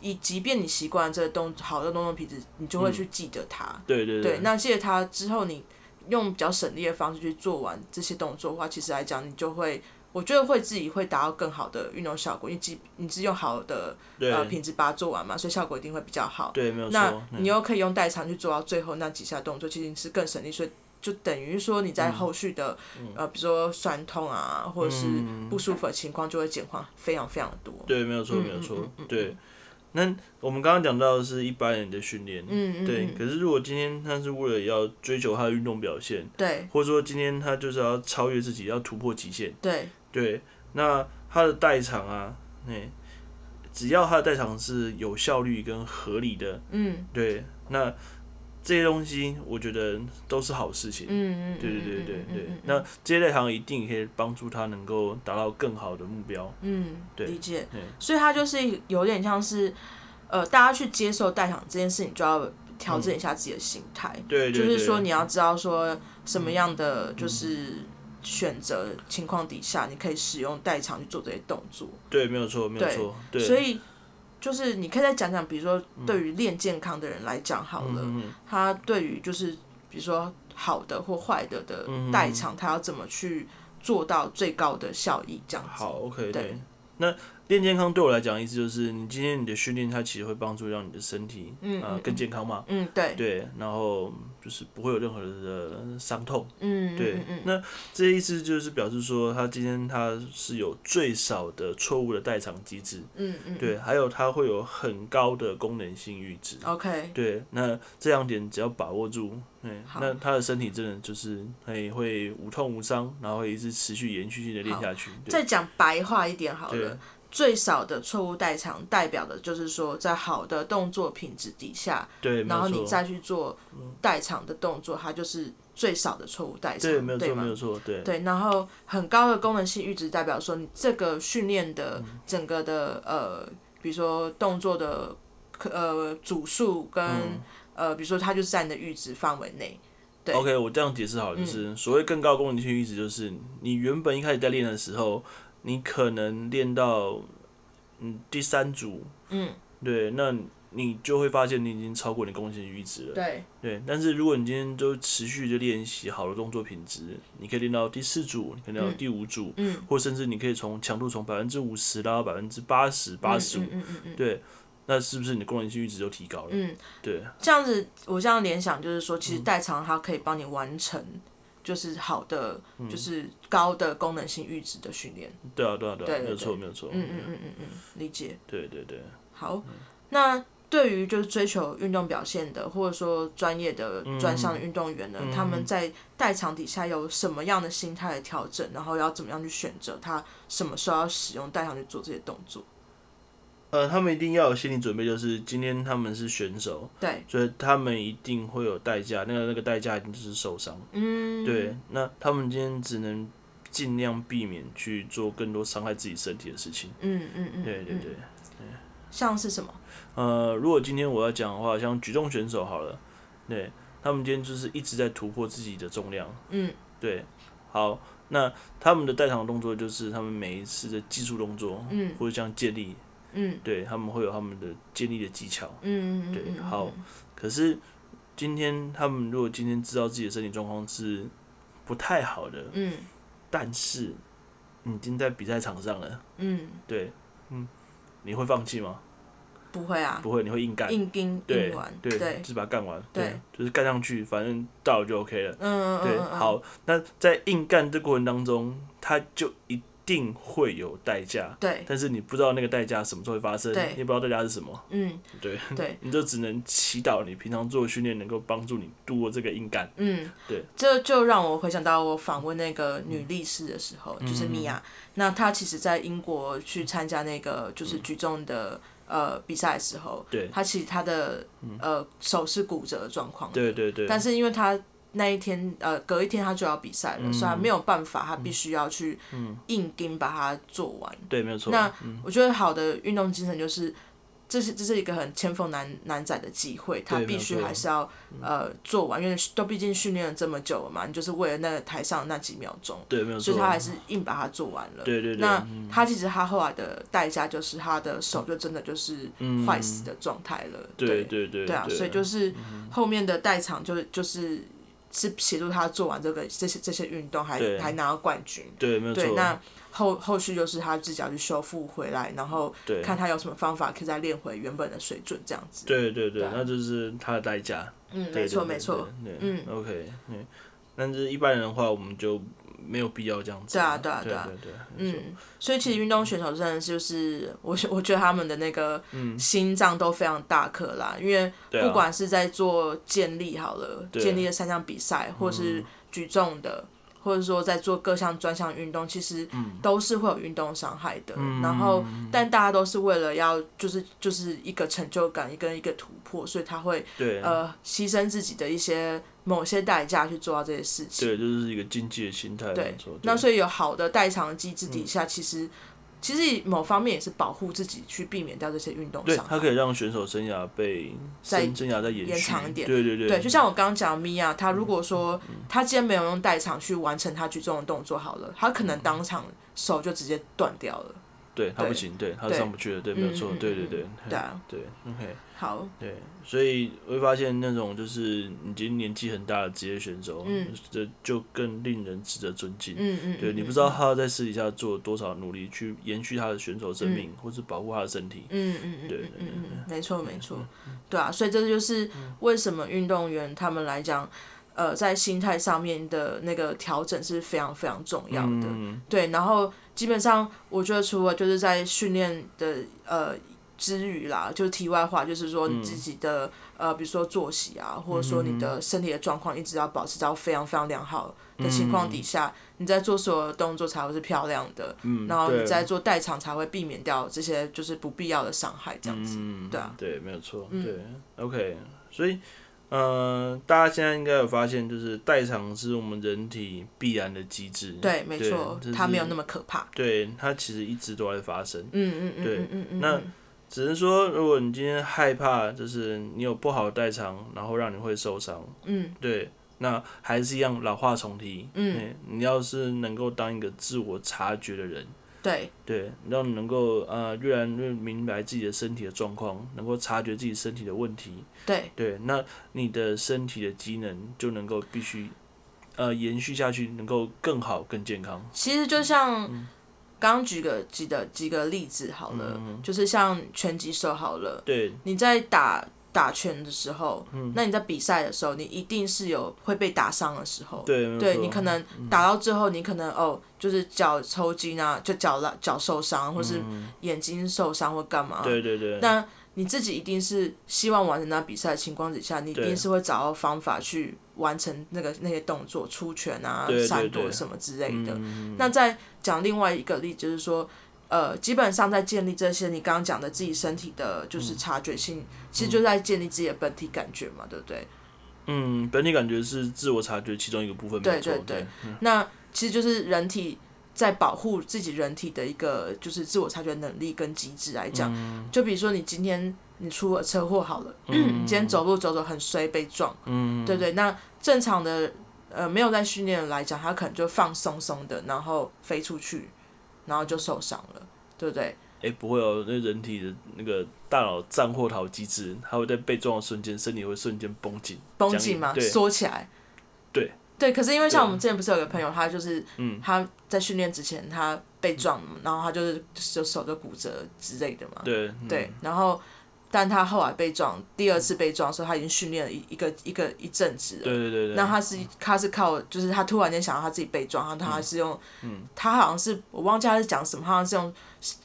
Speaker 1: 以即便你习惯这个动好的动作品质，你就
Speaker 2: 嗯
Speaker 1: 会去记得它。
Speaker 2: 对对
Speaker 1: 对，那记得它之后，你用比较省力的方式去做完这些动作的话，其实来讲你就会。我觉得会自己会达到更好的运动效果，因为即你是用好的呃
Speaker 2: 对
Speaker 1: 品质把它做完嘛，所以效果一定会比较好。
Speaker 2: 对，没有
Speaker 1: 那
Speaker 2: 错。嗯
Speaker 1: 你又可以用代偿去做到最后那几下动作，其实你是更省力，所以就等于说你在
Speaker 2: 嗯
Speaker 1: 后续的、呃，比如说酸痛啊，或者是
Speaker 2: 嗯
Speaker 1: 不舒服的情况就会减缓非常非常的多。
Speaker 2: 对，没有错，
Speaker 1: 嗯
Speaker 2: 没有错
Speaker 1: 嗯嗯嗯。
Speaker 2: 对，那我们刚刚讲到的是一般人的训练。
Speaker 1: 嗯嗯
Speaker 2: 对，
Speaker 1: 嗯
Speaker 2: 可是如果今天他是为了要追求他的运动表现，
Speaker 1: 对
Speaker 2: 或者说今天他就是要超越自己，要突破极限。
Speaker 1: 对，
Speaker 2: 对，那他的代偿啊，哎、只要他的代偿是有效率跟合理的，
Speaker 1: 嗯
Speaker 2: 对，那这些东西我觉得都是好事情。
Speaker 1: 嗯嗯，
Speaker 2: 对对对对
Speaker 1: 嗯
Speaker 2: 对，那这些代偿一定可以帮助他能够达到更好的目标。
Speaker 1: 嗯，
Speaker 2: 对
Speaker 1: 理解
Speaker 2: 对。
Speaker 1: 所以它就是有点像是呃，大家去接受代偿这件事情，就要调整一下自己的心态。
Speaker 2: 对嗯对
Speaker 1: 就
Speaker 2: 对，嗯
Speaker 1: 是说你要知道说什么样的就是选择情况底下，你可以使用代偿去做这些动作。
Speaker 2: 对，没有错，没有
Speaker 1: 对
Speaker 2: 错，对，
Speaker 1: 所以就是你可以再讲讲，比如说对于练健康的人来讲好了，
Speaker 2: 嗯嗯
Speaker 1: 他对于就是比如说好的或坏的的
Speaker 2: 嗯
Speaker 1: 代偿，他要怎么去做到最高的效益这样子。
Speaker 2: 好，OK，
Speaker 1: 对
Speaker 2: 对。那练健康对我来讲，意思就是你今天你的训练，它其实会帮助让你的身体，
Speaker 1: 嗯
Speaker 2: 呃
Speaker 1: 嗯
Speaker 2: 更健康嘛，
Speaker 1: 嗯，对，
Speaker 2: 对，然后就是不会有任何的伤痛，
Speaker 1: 嗯，
Speaker 2: 对
Speaker 1: 嗯。嗯，嗯
Speaker 2: 那这意思就是表示说，他今天他是有最少的错误的代偿机制，
Speaker 1: 嗯嗯，
Speaker 2: 对，还有他会有很高的功能性阈值。
Speaker 1: 哦，OK，
Speaker 2: 对，那这两点只要把握住，对，
Speaker 1: 好
Speaker 2: 那他的身体真的就是会会无痛无伤，然后会一直持续延续性的练下去。对
Speaker 1: 再讲白话一点好
Speaker 2: 对
Speaker 1: 了。最少的错误代偿，代表的就是说，在好的动作品质底下，
Speaker 2: 对，没
Speaker 1: 然后
Speaker 2: 有
Speaker 1: 你
Speaker 2: 错。嗯
Speaker 1: 再去做代偿的动作，它就是最少的错误代偿，
Speaker 2: 对，没有错，
Speaker 1: 吗
Speaker 2: 没有？错，对，
Speaker 1: 对，然后很高的功能性阈值代表说你这个训练的
Speaker 2: 嗯
Speaker 1: 整个的呃，比如说动作的呃组数跟、
Speaker 2: 嗯
Speaker 1: 呃，比如说它就是在你的阈值范围内。对嗯
Speaker 2: OK，我这样解释好了，就是所谓更高功能性阈值，就是你原本一开始在练的时候，你可能练到嗯第三组，
Speaker 1: 嗯，
Speaker 2: 对，那你就会发现你已经超过你贡献阈值了。
Speaker 1: 对，
Speaker 2: 对，但是如果你今天都持续的练习好的动作品质，你可以练到第四组，你可以练到
Speaker 1: 嗯
Speaker 2: 第五组，
Speaker 1: 嗯，
Speaker 2: 或甚至你可以从强度从百分之五十拉到百分之八十、八十五
Speaker 1: 嗯，嗯嗯嗯
Speaker 2: 对，那是不是你的功能性阈值就提高了？
Speaker 1: 嗯，
Speaker 2: 对，
Speaker 1: 这样子，我这样联想就是说，其实
Speaker 2: 嗯
Speaker 1: 代偿它可以帮你完成，就是好的，
Speaker 2: 嗯
Speaker 1: 就是高的功能性阈值的训练。
Speaker 2: 对啊，对啊，对
Speaker 1: 对
Speaker 2: 啊，
Speaker 1: 对
Speaker 2: 没有错，
Speaker 1: 对
Speaker 2: 没有错，
Speaker 1: 嗯嗯嗯嗯嗯，理解。
Speaker 2: 对对对，
Speaker 1: 好，那对于就是追求运动表现的，或者说专业
Speaker 2: 嗯
Speaker 1: 的专项的运动员呢，他们在代偿底下有什么样的心态的调整，然后要怎么样去选择他什么时候要使用代偿去做这些动作？
Speaker 2: 呃，他们一定要有心理准备，就是今天他们是选手，
Speaker 1: 对，
Speaker 2: 所以他们一定会有代价，那个那个代价一定就是受伤。
Speaker 1: 嗯，
Speaker 2: 对，那他们今天只能尽量避免去做更多伤害自己身体的事情。
Speaker 1: 嗯，嗯嗯嗯，
Speaker 2: 对对对
Speaker 1: 嗯，，像是什么？
Speaker 2: 呃，如果今天我要讲的话，像举重选手好了，对他们今天就是一直在突破自己的重量。
Speaker 1: 嗯
Speaker 2: 对，好，那他们的代偿动作就是他们每一次的技术动作，
Speaker 1: 嗯
Speaker 2: 或者像建立，
Speaker 1: 嗯
Speaker 2: 对他们会有他们的建立的技巧。
Speaker 1: 嗯嗯，
Speaker 2: 对
Speaker 1: 嗯
Speaker 2: 好，可是今天他们如果今天知道自己的身体状况是不太好的，
Speaker 1: 嗯
Speaker 2: 但是你已经在比赛场上了，
Speaker 1: 嗯，
Speaker 2: 对，嗯，你会放弃吗？
Speaker 1: 不会啊，
Speaker 2: 不会，你会硬干，
Speaker 1: 硬盯
Speaker 2: 对
Speaker 1: 硬玩，
Speaker 2: 对，
Speaker 1: 对，
Speaker 2: 就是把它干完，
Speaker 1: 对，
Speaker 2: 就是干上去，反正到了就 OK 了。
Speaker 1: 嗯
Speaker 2: 对，，好，那在硬干这过程当中，它就一定会有代价，
Speaker 1: 对，
Speaker 2: 但是你不知道那个代价什么时候会发生，
Speaker 1: 对
Speaker 2: 你也不知道代价是什么，
Speaker 1: 嗯
Speaker 2: 对，
Speaker 1: 对，
Speaker 2: 你就只能祈祷你平常做的训练能够帮助你度过这个硬干。
Speaker 1: 嗯，
Speaker 2: 对，
Speaker 1: 这就让我回想到我访问那个女力士的时
Speaker 2: 嗯
Speaker 1: 候，就是米娅，那她其实在英国去参加那个就是举重的。呃，比赛的时候，
Speaker 2: 嗯对嗯
Speaker 1: 她其实她的呃手是骨折的状况，
Speaker 2: 对对对，
Speaker 1: 但是因为他那一天呃隔一天他就要比赛了，
Speaker 2: 嗯
Speaker 1: 所以他没有办法，他必须要去硬盯把它做完。
Speaker 2: 对，没有错。嗯
Speaker 1: 那我觉得好的运动精神就是，这是这是一个很千缝难难载的机会，他
Speaker 2: 对
Speaker 1: 必
Speaker 2: 没
Speaker 1: 须
Speaker 2: 有错嗯
Speaker 1: 还是要呃做完，因为都毕竟训练了这么久了嘛，你就是为了那个台上那几秒钟，
Speaker 2: 对，没有
Speaker 1: 所
Speaker 2: 错。
Speaker 1: 以他还是硬把它做完了。
Speaker 2: 对对对，嗯
Speaker 1: 那他其实他后来的代价就是他的手就真的就是坏死的状态了，
Speaker 2: 嗯对对对嗯
Speaker 1: 对啊，所以就是后面的代偿就是就是是协助他做完这个这些这些运动，还
Speaker 2: 对
Speaker 1: 还拿到冠军。
Speaker 2: 对，没有
Speaker 1: 对，
Speaker 2: 错。
Speaker 1: 那后后续就是他自己要去修复回来，然后
Speaker 2: 对
Speaker 1: 看他有什么方法可以再练回原本的水准，这样子。
Speaker 2: 对对对
Speaker 1: 对，啊
Speaker 2: 那就是它的代价。
Speaker 1: 嗯，
Speaker 2: 对
Speaker 1: 没错
Speaker 2: 对对
Speaker 1: 没错。
Speaker 2: 对，
Speaker 1: 嗯
Speaker 2: ，OK，嗯，但是一般人的话，我们就没有必要这样子。
Speaker 1: 对啊对啊
Speaker 2: 对
Speaker 1: 对啊
Speaker 2: 对对，没错
Speaker 1: 嗯，所以其实运动选手真的是就是，我我觉得他们的那个
Speaker 2: 嗯
Speaker 1: 心脏都非常大颗啦，因为
Speaker 2: 对啊
Speaker 1: 不管是在做健力好了，
Speaker 2: 对嗯
Speaker 1: 健力的三项比赛，或是举重的，或者说在做各项专项运动，其实
Speaker 2: 嗯
Speaker 1: 都是会有运动伤害的。然后，但大家都是为了要就是就是一个成就感，一个一个突破，所以他会
Speaker 2: 对
Speaker 1: 呃牺牲自己的一些某些代价去做到这些事情。
Speaker 2: 对，就是一个竞技的心态，没
Speaker 1: 对
Speaker 2: 有错。，
Speaker 1: 那
Speaker 2: 以
Speaker 1: 所以有好的代偿机制
Speaker 2: 嗯
Speaker 1: 底下，其实其实某方面也是保护自己，去避免掉这些运动
Speaker 2: 对，
Speaker 1: 伤害
Speaker 2: 它。可以让选手生涯被
Speaker 1: 再
Speaker 2: 生生涯再延
Speaker 1: 延
Speaker 2: 续
Speaker 1: 长一点
Speaker 2: 对对对嗯
Speaker 1: 对，就像我刚刚讲，米娅她如果说她今天没有用代偿去完成她举重的动作，好了，她可
Speaker 2: 嗯
Speaker 1: 能当场手就直接断掉了。
Speaker 2: 对他
Speaker 1: 对
Speaker 2: 不行，对他
Speaker 1: 对
Speaker 2: 上不去了，对，没有
Speaker 1: 嗯
Speaker 2: 错
Speaker 1: 嗯，
Speaker 2: 对
Speaker 1: 嗯
Speaker 2: 对对
Speaker 1: 对啊，
Speaker 2: 对，OK。
Speaker 1: 好，
Speaker 2: 对，所以会发现那种就是已经年纪很大的职业选手，
Speaker 1: 嗯
Speaker 2: 这就更令人值得尊敬。
Speaker 1: 嗯嗯，
Speaker 2: 对，你不知道他在私底下做多少努力去延续他的选手生命，或是保护他的身体。
Speaker 1: 嗯嗯嗯
Speaker 2: 对
Speaker 1: 嗯
Speaker 2: 对嗯
Speaker 1: 嗯嗯，没错没错，对啊，所以这就是为什么运动员他们来讲，呃，在心态上面的那个调整是非常非常重要的。
Speaker 2: 嗯，
Speaker 1: 对，然后基本上我觉得除了就是在训练的呃之余啦，就是题外话，就是说你
Speaker 2: 嗯
Speaker 1: 自己的、呃，比如说作息啊，或者说你的身体的状况一直要保持到非常非常良好的情况底下，你在做所有的动作才会是漂亮的，
Speaker 2: 嗯
Speaker 1: 然后你
Speaker 2: 对
Speaker 1: 在做代偿才会避免掉这些就是不必要的伤害，这样子。
Speaker 2: 嗯，
Speaker 1: 对啊
Speaker 2: 对，没有错，
Speaker 1: 嗯
Speaker 2: 对，OK，所以。呃，大家现在应该有发现，就是代偿是我们人体必然的机制。
Speaker 1: 对，没错
Speaker 2: 嗯这，
Speaker 1: 它
Speaker 2: 是
Speaker 1: 没有那么可怕。
Speaker 2: 对，它其实一直都在发生。
Speaker 1: 嗯嗯嗯
Speaker 2: 对
Speaker 1: 嗯嗯嗯，
Speaker 2: 那
Speaker 1: 嗯
Speaker 2: 只能说，如果你今天害怕，就是你有不好的代偿，然后让你会受伤，
Speaker 1: 嗯
Speaker 2: 对，那还是一样老话重提，
Speaker 1: 嗯
Speaker 2: 欸，你要是能够当一个自我察觉的人，
Speaker 1: 对，
Speaker 2: 对，让你能够呃越来越明白自己的身体的状况，能够察觉自己身体的问题，
Speaker 1: 对，
Speaker 2: 对，那你的身体的机能就能够必须呃延续下去，能够更好更健康。
Speaker 1: 其实就像
Speaker 2: 嗯
Speaker 1: 刚刚举个几的几个例子好了，就是像拳击手好了，
Speaker 2: 嗯对，
Speaker 1: 你在打打拳的时候，
Speaker 2: 嗯
Speaker 1: 那你在比赛的时候，你一定是有会被打伤的时候。
Speaker 2: 对，没有
Speaker 1: 对
Speaker 2: 错嗯
Speaker 1: 你可能打到最后，你可能哦，就是脚抽筋啊，就脚拉脚受伤，或是眼睛受伤或干嘛。
Speaker 2: 嗯对对对，
Speaker 1: 但你自己一定是希望完成那比赛的情况底下，你一
Speaker 2: 对
Speaker 1: 定是会找到方法去完成那个那些动作，出拳啊
Speaker 2: 对对、
Speaker 1: 闪躲
Speaker 2: 对
Speaker 1: 什么之类的。
Speaker 2: 嗯，
Speaker 1: 那再讲另外一个例，就是说，呃，基本上在建立这些你刚刚讲的自己身体的，
Speaker 2: 嗯
Speaker 1: 就是察觉性，其实就在建立自己的本体感觉嘛，对不对？
Speaker 2: 嗯，本体感觉是自我察觉其中一个部分，
Speaker 1: 对
Speaker 2: 没错，
Speaker 1: 对对那其实就是人体在保护自己人体的一个就是自我察觉能力跟机制来讲，
Speaker 2: 嗯
Speaker 1: 就比如说你今天你出了车祸好了，你今天走路走走很衰被撞，
Speaker 2: 嗯，
Speaker 1: 对不对？那正常的呃没有在训练的来讲，他可能就放松松的，然后飞出去，然后就受伤了，对不对？
Speaker 2: 哎、不会哦，那人体的那个大脑战或逃机制，它会在被撞的瞬间，身体会瞬间绷紧，
Speaker 1: 绷
Speaker 2: 僵
Speaker 1: 紧
Speaker 2: 硬
Speaker 1: 嘛，
Speaker 2: 对
Speaker 1: 缩起来。
Speaker 2: 对。
Speaker 1: 对，可是因为像
Speaker 2: 对
Speaker 1: 我们之前不是有个朋友，他就是，
Speaker 2: 嗯
Speaker 1: 他在训练之前他被撞，然后他就是就手就骨折之类的嘛。
Speaker 2: 对嗯
Speaker 1: 啊对，然后但他后来被撞，第二次被撞的时候，他已经训练了一一个一个一阵子了。
Speaker 2: 对对对对，
Speaker 1: 那他是他是靠，就是他突然间想到他自己被撞，然后他是用，
Speaker 2: 嗯
Speaker 1: 他好像是我忘记他是讲什么，他好像是用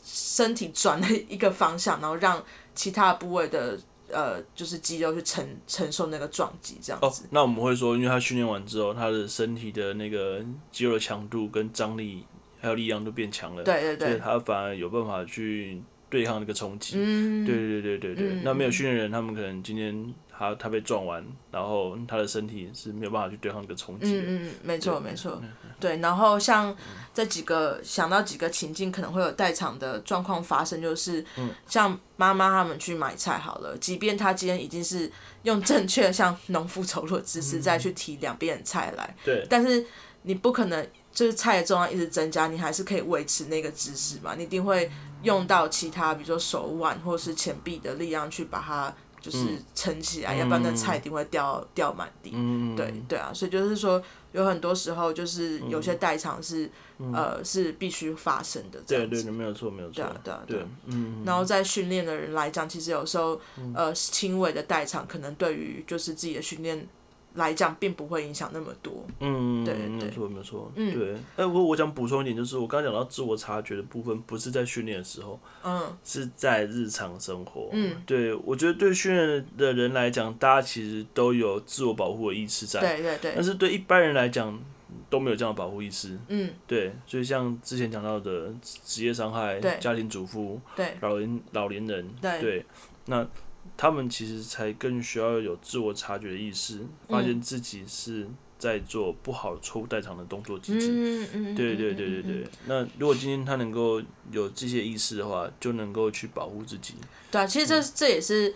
Speaker 1: 身体转了一个方向，然后让其他部位的呃就是肌肉去承承受那个撞击这样
Speaker 2: 哦
Speaker 1: 子。，
Speaker 2: 那我们会说，因为他训练完之后，他的身体的那个肌肉的强度跟张力还有力量都变强了，
Speaker 1: 对对
Speaker 2: 所以
Speaker 1: 对，
Speaker 2: 他反而有办法去对抗那个冲击。
Speaker 1: 嗯，
Speaker 2: 对对对对对对，
Speaker 1: 嗯
Speaker 2: 那没有训练人，他们可能今天他他被撞完，然后他的身体是没有办法去对抗那个冲击的。
Speaker 1: 嗯嗯，嗯没错没错，对。然后像这几个想到几个情境可能会有代偿的状况发生，就是像妈妈他们去买菜好了，即便她今天已经是用正确像农夫走路的姿势再去提两边的菜来，
Speaker 2: 对
Speaker 1: 但是你不可能就是菜的重量一直增加，你还是可以维持那个姿势嘛，你一定会用到其他，比如说手腕或是前臂的力量去把它就是撑起来，要不然那菜一定会掉掉满地。
Speaker 2: 嗯，
Speaker 1: 对对啊，所以就是说，有很多时候就是有些代偿是、呃是必须发生的这
Speaker 2: 对
Speaker 1: 样
Speaker 2: 嗯对
Speaker 1: 子。
Speaker 2: 对，没有错没有错
Speaker 1: 对啊，对啊对
Speaker 2: 对
Speaker 1: 啊，
Speaker 2: 嗯，
Speaker 1: 然后在训练的人来讲，其实有时候呃轻微的代偿，可能对于就是自己的训练来讲，并不会影响那么多。
Speaker 2: 嗯，
Speaker 1: 对
Speaker 2: 没有
Speaker 1: 对
Speaker 2: 错，没有错，
Speaker 1: 嗯
Speaker 2: 对。哎、我我想补充一点，就是我刚刚讲到自我察觉的部分，不是在训练的时候，
Speaker 1: 嗯，
Speaker 2: 是在日常生活。
Speaker 1: 嗯，
Speaker 2: 对，我觉得对训练的人来讲，大家其实都有自我保护的意识在，
Speaker 1: 对对
Speaker 2: 但
Speaker 1: 对，
Speaker 2: 是对一般人来讲都没有这样的保护意识。
Speaker 1: 嗯
Speaker 2: 对，所以像之前讲到的职业伤害
Speaker 1: 对、
Speaker 2: 家庭主妇、
Speaker 1: 对
Speaker 2: 老年老年人，
Speaker 1: 对
Speaker 2: 对，那他们其实才更需要有自我察觉的意识，发现自己是在做不好错误代偿的动作机制。
Speaker 1: 嗯嗯，
Speaker 2: 对对对对
Speaker 1: 对
Speaker 2: 对，那如果今天他能够有这些意识的话，就能够去保护自己。
Speaker 1: 对啊，其实这
Speaker 2: 嗯
Speaker 1: 这也是。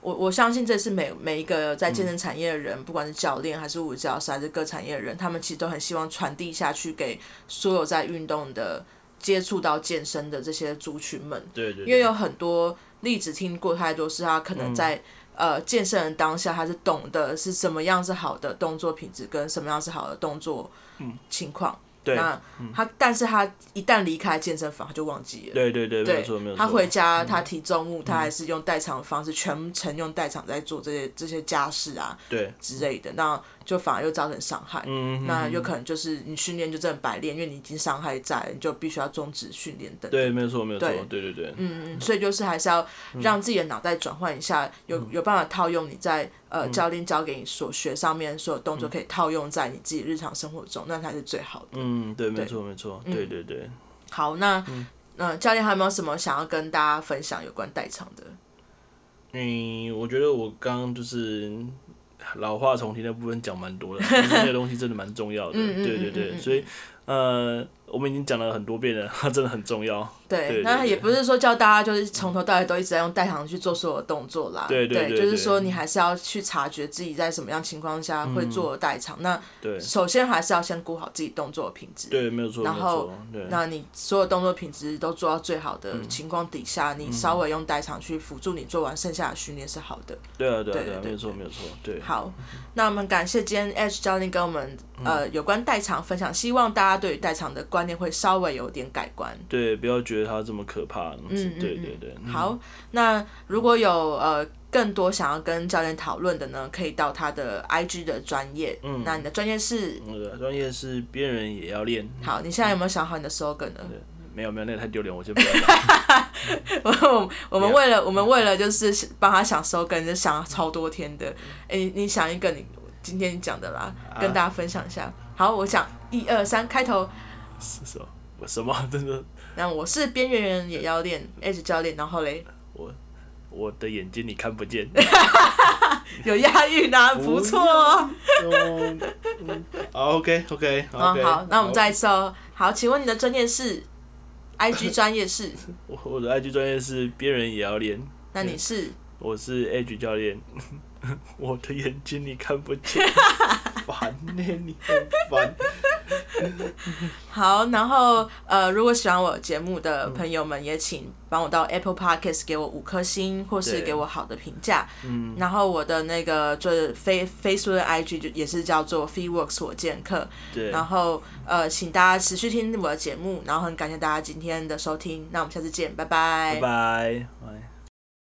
Speaker 1: 我我相信这是每每一个在
Speaker 2: 嗯
Speaker 1: 健身产业的人，不管是教练还是物理治疗师还是各产业的人，他们其实都很希望传递下去给所有在运动的接触到健身的这些族群们，
Speaker 2: 对对嗯
Speaker 1: 因为有很多例子听过太多，是他可能在、呃健身人当下，他是懂得是什么样是好的动作品质跟什么样是好的动作
Speaker 2: 嗯
Speaker 1: 情况。
Speaker 2: 对嗯
Speaker 1: 那他但是他一旦离开健身房，他就忘记了。
Speaker 2: 对对对，没有错没有嗯错。
Speaker 1: 他回家，他提重物，他还是用代偿的方式，全程用代偿在做这些这些家事啊
Speaker 2: 对，
Speaker 1: 之类的，那就反而又造成伤害。
Speaker 2: 嗯，
Speaker 1: 那有可能就是你训练就真的白练，因为你已经伤害在了，你就必须要终止训练等等。
Speaker 2: 对，没有错没有错
Speaker 1: 对，
Speaker 2: 对对对，
Speaker 1: 嗯嗯，所以就是还是要让自己的脑袋转换一
Speaker 2: 嗯
Speaker 1: 下，有有办法套用你在呃教练教给你所学上面所有动作，可以套用在你自己日常生活中，那才是最好的。
Speaker 2: 嗯，对，没错没错，对对对。
Speaker 1: 好，那
Speaker 2: 嗯
Speaker 1: 呃教练还有没有什么想要跟大家分享有关代偿的？
Speaker 2: 嗯，我觉得我刚刚就是 老话重提那部分讲蛮多的，就是那个东西真的蛮重要的，
Speaker 1: 嗯嗯
Speaker 2: 对对
Speaker 1: 嗯嗯
Speaker 2: 对，
Speaker 1: 嗯
Speaker 2: 所以呃，我们已经讲了很多遍了， 它真的很重要。对
Speaker 1: 对
Speaker 2: 对，
Speaker 1: 那
Speaker 2: 对
Speaker 1: 也不是说教大家就是从头到尾都一直在用代糖去做所有的动作啦，
Speaker 2: 对对对
Speaker 1: 就是
Speaker 2: 对
Speaker 1: 说你还是要去察觉自己在什么样情况下会做代偿。那
Speaker 2: 嗯对
Speaker 1: 首先还是要先顾好自己动作的品质，
Speaker 2: 对，没有错，
Speaker 1: 然
Speaker 2: 没有
Speaker 1: 后
Speaker 2: 错，对
Speaker 1: 那你所有动作品质都做到最好的
Speaker 2: 嗯
Speaker 1: 情况底下，你稍微用代偿去辅助你做完剩下的训练是好的。
Speaker 2: 对啊，对啊，
Speaker 1: 对
Speaker 2: 对啊
Speaker 1: 对，
Speaker 2: 没有错，没有错，对，
Speaker 1: 好，那我们感谢今天 H 教练跟我们呃有关代偿分享，希望大家对于代偿的观念会稍微有点改观。
Speaker 2: 对，不要觉得它这么可怕，嗯
Speaker 1: 嗯嗯
Speaker 2: 对对对，嗯
Speaker 1: 好，那如果有呃更多想要跟教练讨论的呢，可以到他的 IG 的专业。嗯，那你的专业是
Speaker 2: 我的嗯啊专业是边缘人也要练，
Speaker 1: 好，你现在有没有想好你的 slogan 呢？
Speaker 2: 没有没有，那个太丢脸，我先不要 讲。
Speaker 1: 我我我们为了我们为了就是帮他想 slogan，就想了超多天的。哎、你你想一个你今天讲的啦，跟大家分享一下。好，我讲一二三开头。
Speaker 2: 是什么？我什么？真的，
Speaker 1: 那我是边缘人也要练 H 教练，然后嘞
Speaker 2: 我的眼睛你看不见。
Speaker 1: 有押韵啊，不错哦。
Speaker 2: 嗯嗯，OK OK
Speaker 1: 嗯，
Speaker 2: OK。
Speaker 1: 好，那我们再一次哦。好，请问你的专业是 IG 专业是？
Speaker 2: 我我的 IG 专业是边缘人也要练，
Speaker 1: 那你是
Speaker 2: 我是 Edge 教练。 我的眼睛你看不见，烦呢、你很烦。
Speaker 1: 好，然后呃，如果喜欢我节目的朋友们，也请帮我到 Apple Podcast 给我五颗星，或是
Speaker 2: 对
Speaker 1: 给我好的评价。嗯，然后我的那个就是飞 Facebook 的 IG 就也是叫做 Free Works 我健课，
Speaker 2: 对，
Speaker 1: 然后呃，请大家持续听我的节目，然后很感谢大家今天的收听，那我们下次见，拜
Speaker 2: 拜拜，拜。